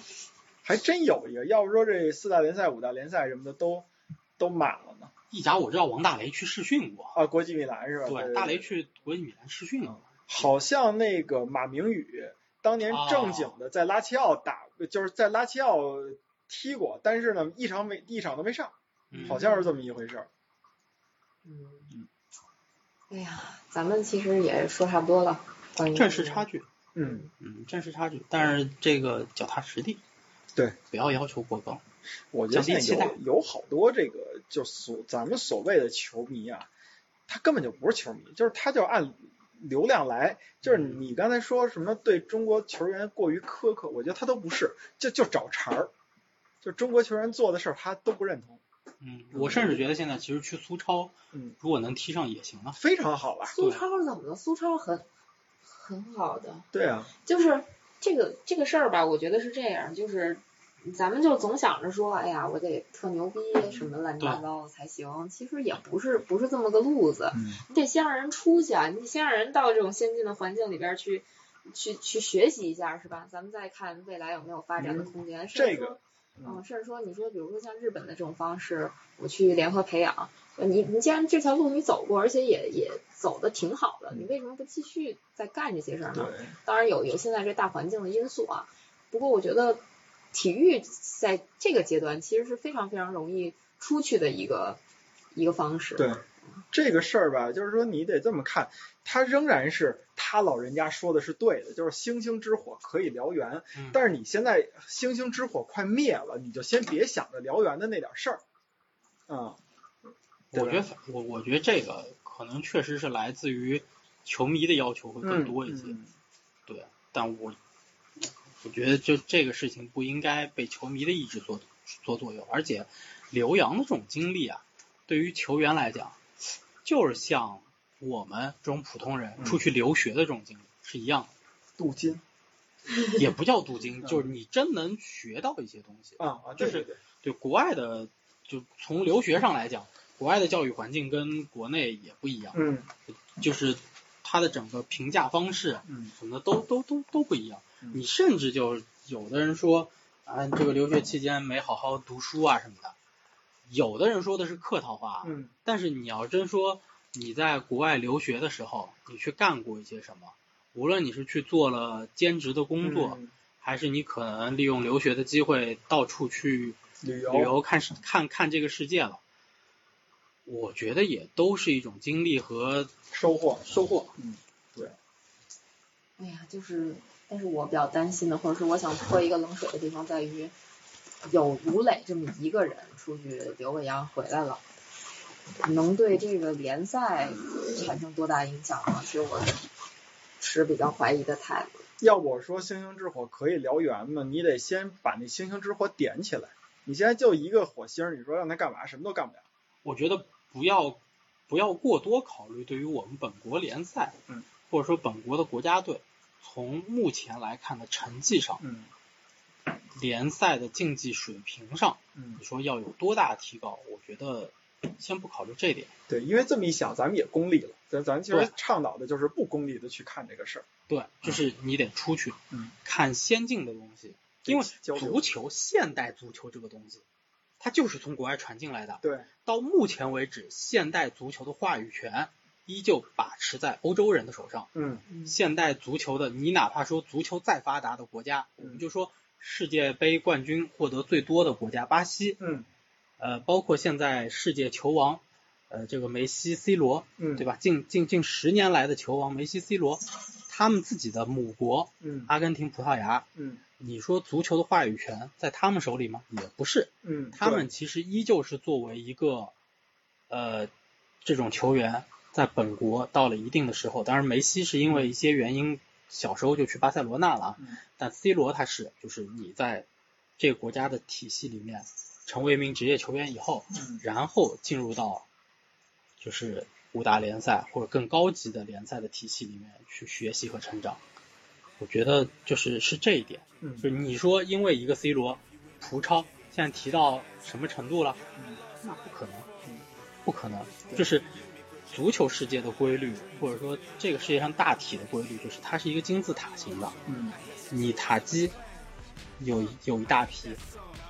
S3: 还真有一个，要不说这四大联赛、五大联赛什么的都都满了呢。
S4: 意甲我知道王大雷去试训过，
S3: 啊，国际米兰是吧？对，
S4: 对，大雷去国际米兰试训过。
S3: 好像那个马明宇当年正经的在拉齐奥打，就是在拉齐奥踢过，但是呢一场没一场都没上，
S4: 嗯
S3: 好像是这么一回事儿。
S2: 嗯，哎呀，咱们其实也说差不多了，关于
S4: 正是差距。
S3: 嗯，
S4: 嗯，真实差距，但是这个脚踏实地，
S3: 对，
S4: 不要要求过高。
S3: 我觉得现
S4: 降
S3: 在
S4: 低期
S3: 有有好多这个就所咱们所谓的球迷啊，他根本就不是球迷，就是他就按流量来，就是你刚才说什么对中国球员过于苛刻，我觉得他都不是，就就找茬儿，就中国球员做的事儿他都不认同，
S4: 嗯，我甚至觉得现在其实去苏超，
S3: 嗯，
S4: 如果能踢上也行啊。
S3: 非常好啊，
S2: 苏超怎么了？苏超很很好的，
S3: 对啊，
S2: 就是这个这个事儿吧，我觉得是这样，就是咱们就总想着说，哎呀，我得特牛逼什么乱七八糟的才行，其实也不是不是这么个路子，
S3: 嗯
S2: 你得先让人出去啊，你先让人到这种先进的环境里边儿去。去去学习一下是吧？咱们再看未来有没有发展的空间。甚至
S3: 这个
S2: 说嗯，甚至说你说，比如说像日本的这种方式，我去联合培养，呃你你既然这条路你走过，而且也也走的挺好的，你为什么不继续再干这些事儿呢？
S3: 对。
S2: 当然有有现在这大环境的因素啊，不过我觉得体育在这个阶段其实是非常非常容易出去的一个一个方式。
S3: 对，这个事儿吧，就是说你得这么看，他仍然是他老人家说的是对的，就是星星之火可以燎原，
S4: 嗯
S3: 但是你现在星星之火快灭了，你就先别想着燎原的那点事儿，啊、对
S4: 我
S3: 吧
S4: 觉得我我觉得这个可能确实是来自于球迷的要求会
S3: 嗯，
S4: 更多一些。
S3: 嗯
S4: 对，但我我觉得就这个事情不应该被球迷的意志所所左右，而且刘洋的这种经历啊，对于球员来讲，就是像我们这种普通人
S3: 嗯
S4: 出去留学的这种经历是一样
S3: 镀金
S4: 的，也不叫镀金，
S3: 嗯
S4: 就是你真能学到一些东西。
S3: 啊啊，
S4: 就
S3: 对
S4: 是
S3: 对对，
S4: 对国外的，就从留学上来讲，国外的教育环境跟国内也不一样，
S3: 嗯
S4: 就是它的整个评价方式啊
S3: 嗯
S4: 什么的都都都都不一样
S3: 嗯。
S4: 你甚至就有的人说啊，你这个留学期间没好好读书啊什么的，有的人说的是客套话，
S3: 嗯
S4: 但是你要真说你在国外留学的时候，你去干过一些什么，无论你是去做了兼职的工作，
S3: 嗯
S4: 还是你可能利用留学的机会到处去
S3: 旅
S4: 旅
S3: 游
S4: 游看世看看这个世界了，我觉得也都是一种经历和
S3: 收获，
S4: 收获。
S2: 哎呀，就是，但是我比较担心的，或者是我想泼一个冷水的地方在于，有吴磊这么一个人出去留个洋回来了，能对这个联赛产生多大影响啊呢？其实我持比较怀疑的态度。
S3: 要我说，星星之火可以燎原嘛，你得先把那星星之火点起来。你现在就一个火星儿，你说让它干嘛，什么都干不了。
S4: 我觉得不要不要过多考虑对于我们本国联赛，
S3: 嗯，
S4: 或者说本国的国家队，从目前来看的成绩上，
S3: 嗯
S4: 联赛的竞技水平上，
S3: 嗯
S4: 你，说要有多大提高？我觉得先不考虑这点。
S3: 对，因为这么一想，咱们也功利了。咱咱其实
S4: 对
S3: 倡导的就是不功利的去看这个事儿。
S4: 对，就是你得出去，
S3: 嗯，
S4: 看先进的东西，因为
S3: 交流
S4: 足球，现代足球这个东西，它就是从国外传进来的。
S3: 对，
S4: 到目前为止，现代足球的话语权依旧把持在欧洲人的手上。
S3: 嗯
S2: 嗯
S4: 现代足球的，你哪怕说足球再发达的国家，我
S3: 嗯
S4: 们就说世界杯冠军获得最多的国家巴西，
S3: 嗯
S4: 呃，包括现在世界球王，呃，这个梅西、C 罗，
S3: 嗯，
S4: 对吧？近近近十年来的球王梅西、C 罗，他们自己的母国
S3: 嗯
S4: 阿根廷、葡萄牙，
S3: 嗯
S4: 你说足球的话语权在他们手里吗？也不是，
S3: 嗯，
S4: 他们其实依旧是作为一个呃这种球员，在本国到了一定的时候，当然梅西是因为一些原因小时候就去巴塞罗那了啊，
S3: 嗯
S4: 但 C 罗他是就是你在这个国家的体系里面成为一名职业球员以后，
S3: 嗯
S4: 然后进入到就是五大联赛或者更高级的联赛的体系里面去学习和成长。我觉得就是是这一点。
S3: 嗯
S4: 就是你说因为一个 C 罗，葡超现在提到什么程度了？
S3: 嗯
S4: 那不可能
S3: 嗯，
S4: 不可能。
S3: 对
S4: 就是足球世界的规律，或者说这个世界上大体的规律，就是它是一个金字塔型的。
S3: 嗯
S4: 你塔基有有一大批，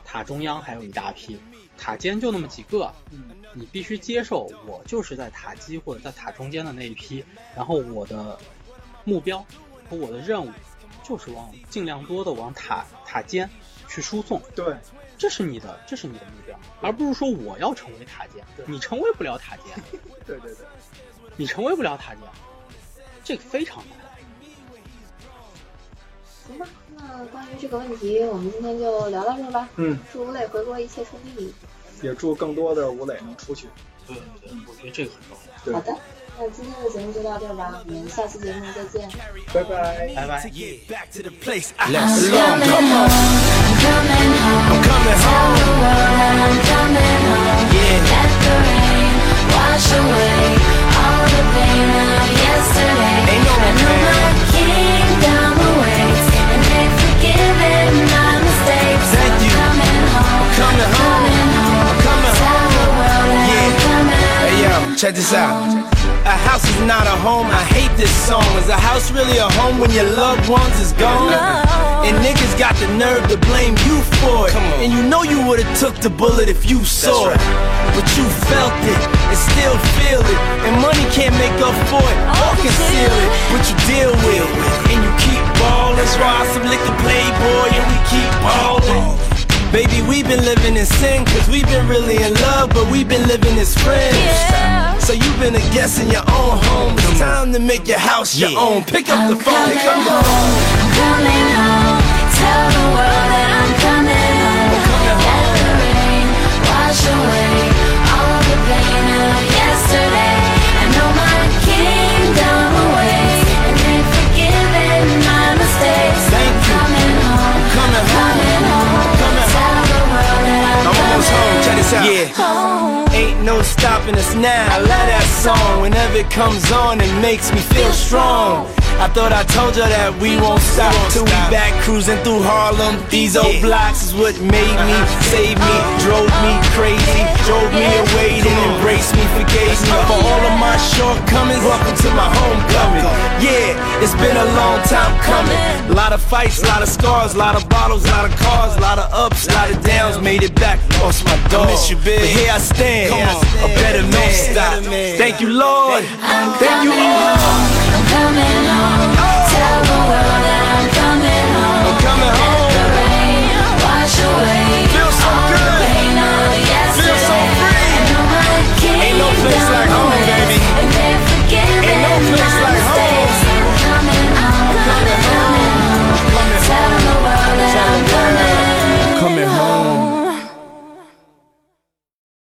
S4: 塔中央还有一大批，塔尖就那么几个。
S3: 嗯
S4: 你必须接受，我就是在塔基或者在塔中间的那一批，然后我的目标和我的任务就是往尽量多的往塔塔尖去输送，
S3: 对
S4: 这是你的，这是你的目标，而不是说我要成为塔尖
S3: 对，
S4: 你成为不了塔尖，
S3: 对对对，
S4: 你成为不了塔尖，这个非常难。
S2: 行吧，那关于这个问题，我们今天就聊到这儿吧。
S3: 嗯，
S2: 祝吴磊回国一切顺利。
S3: 也祝更多的吴磊能出去。
S4: 对对对，我觉得这个很重要。
S3: 对
S2: 好，的，那今天的节目就到这儿吧，我们下期节目再见。
S3: 拜拜。
S4: 拜拜
S5: to。get back to the place I
S1: I'm
S5: belong.
S1: coming home. I'm coming home.
S5: I'm
S1: Tell
S5: coming home.
S1: the world I'm coming home.
S5: Yeah,
S1: Let the rain wash away all the pain of yesterday.
S5: Ain't no
S1: I know
S5: pain.
S1: my kingdom awaits, and they've forgiven my mistakes.
S5: Thank
S1: I'm
S5: you.
S1: coming home.
S5: I'm coming home.
S1: Coming home.
S5: I'm coming
S1: Tell
S5: home.
S1: the world I'm
S5: Yeah.
S1: coming home.
S5: Hey yo, check this out. A house is not a home. I hate this song. Is a house really a home when your loved ones is gone? And niggas got the nerve to blame you for it. And you know you would've took the bullet if you saw it. But you felt it and still feel it. And money can't make up for it or conceal it. But you deal with it and you keep ballin'. Try some liquor playboy and we keep ballin'. Baby, we've been living in sin, cause we've been really in love, but we've been living as friends. So you've been a guest in your own home. It's time to make your house your own. Pick up the phone,
S1: coming
S5: pick up the phone.
S1: home. I'm coming home. Tell the world that I'm coming home. Let the rain wash away all the pain of yesterday. I know my kingdom awaits, and they've forgiven my mistakes.
S5: Yeah.
S1: Oh.
S5: Ain't no stopping us now. I love that song. Whenever it comes on, it makes me feel strong. I thought I told you that we won't stop till we back cruising through Harlem. These old blocks is what made me, saved me, drove me crazy, drove me away, then embraced me, forgave me for all of my shortcomings. Welcome to my homecoming. Yeah, it's been a long time coming. A lot of fights, a lot of scars, a lot of bottles, a lot of cars, a lot of ups, a lot of downs. Made it back, lost my dog. Miss you, big. But here I stand, a better man. Thank you, Lord. Thank you, all.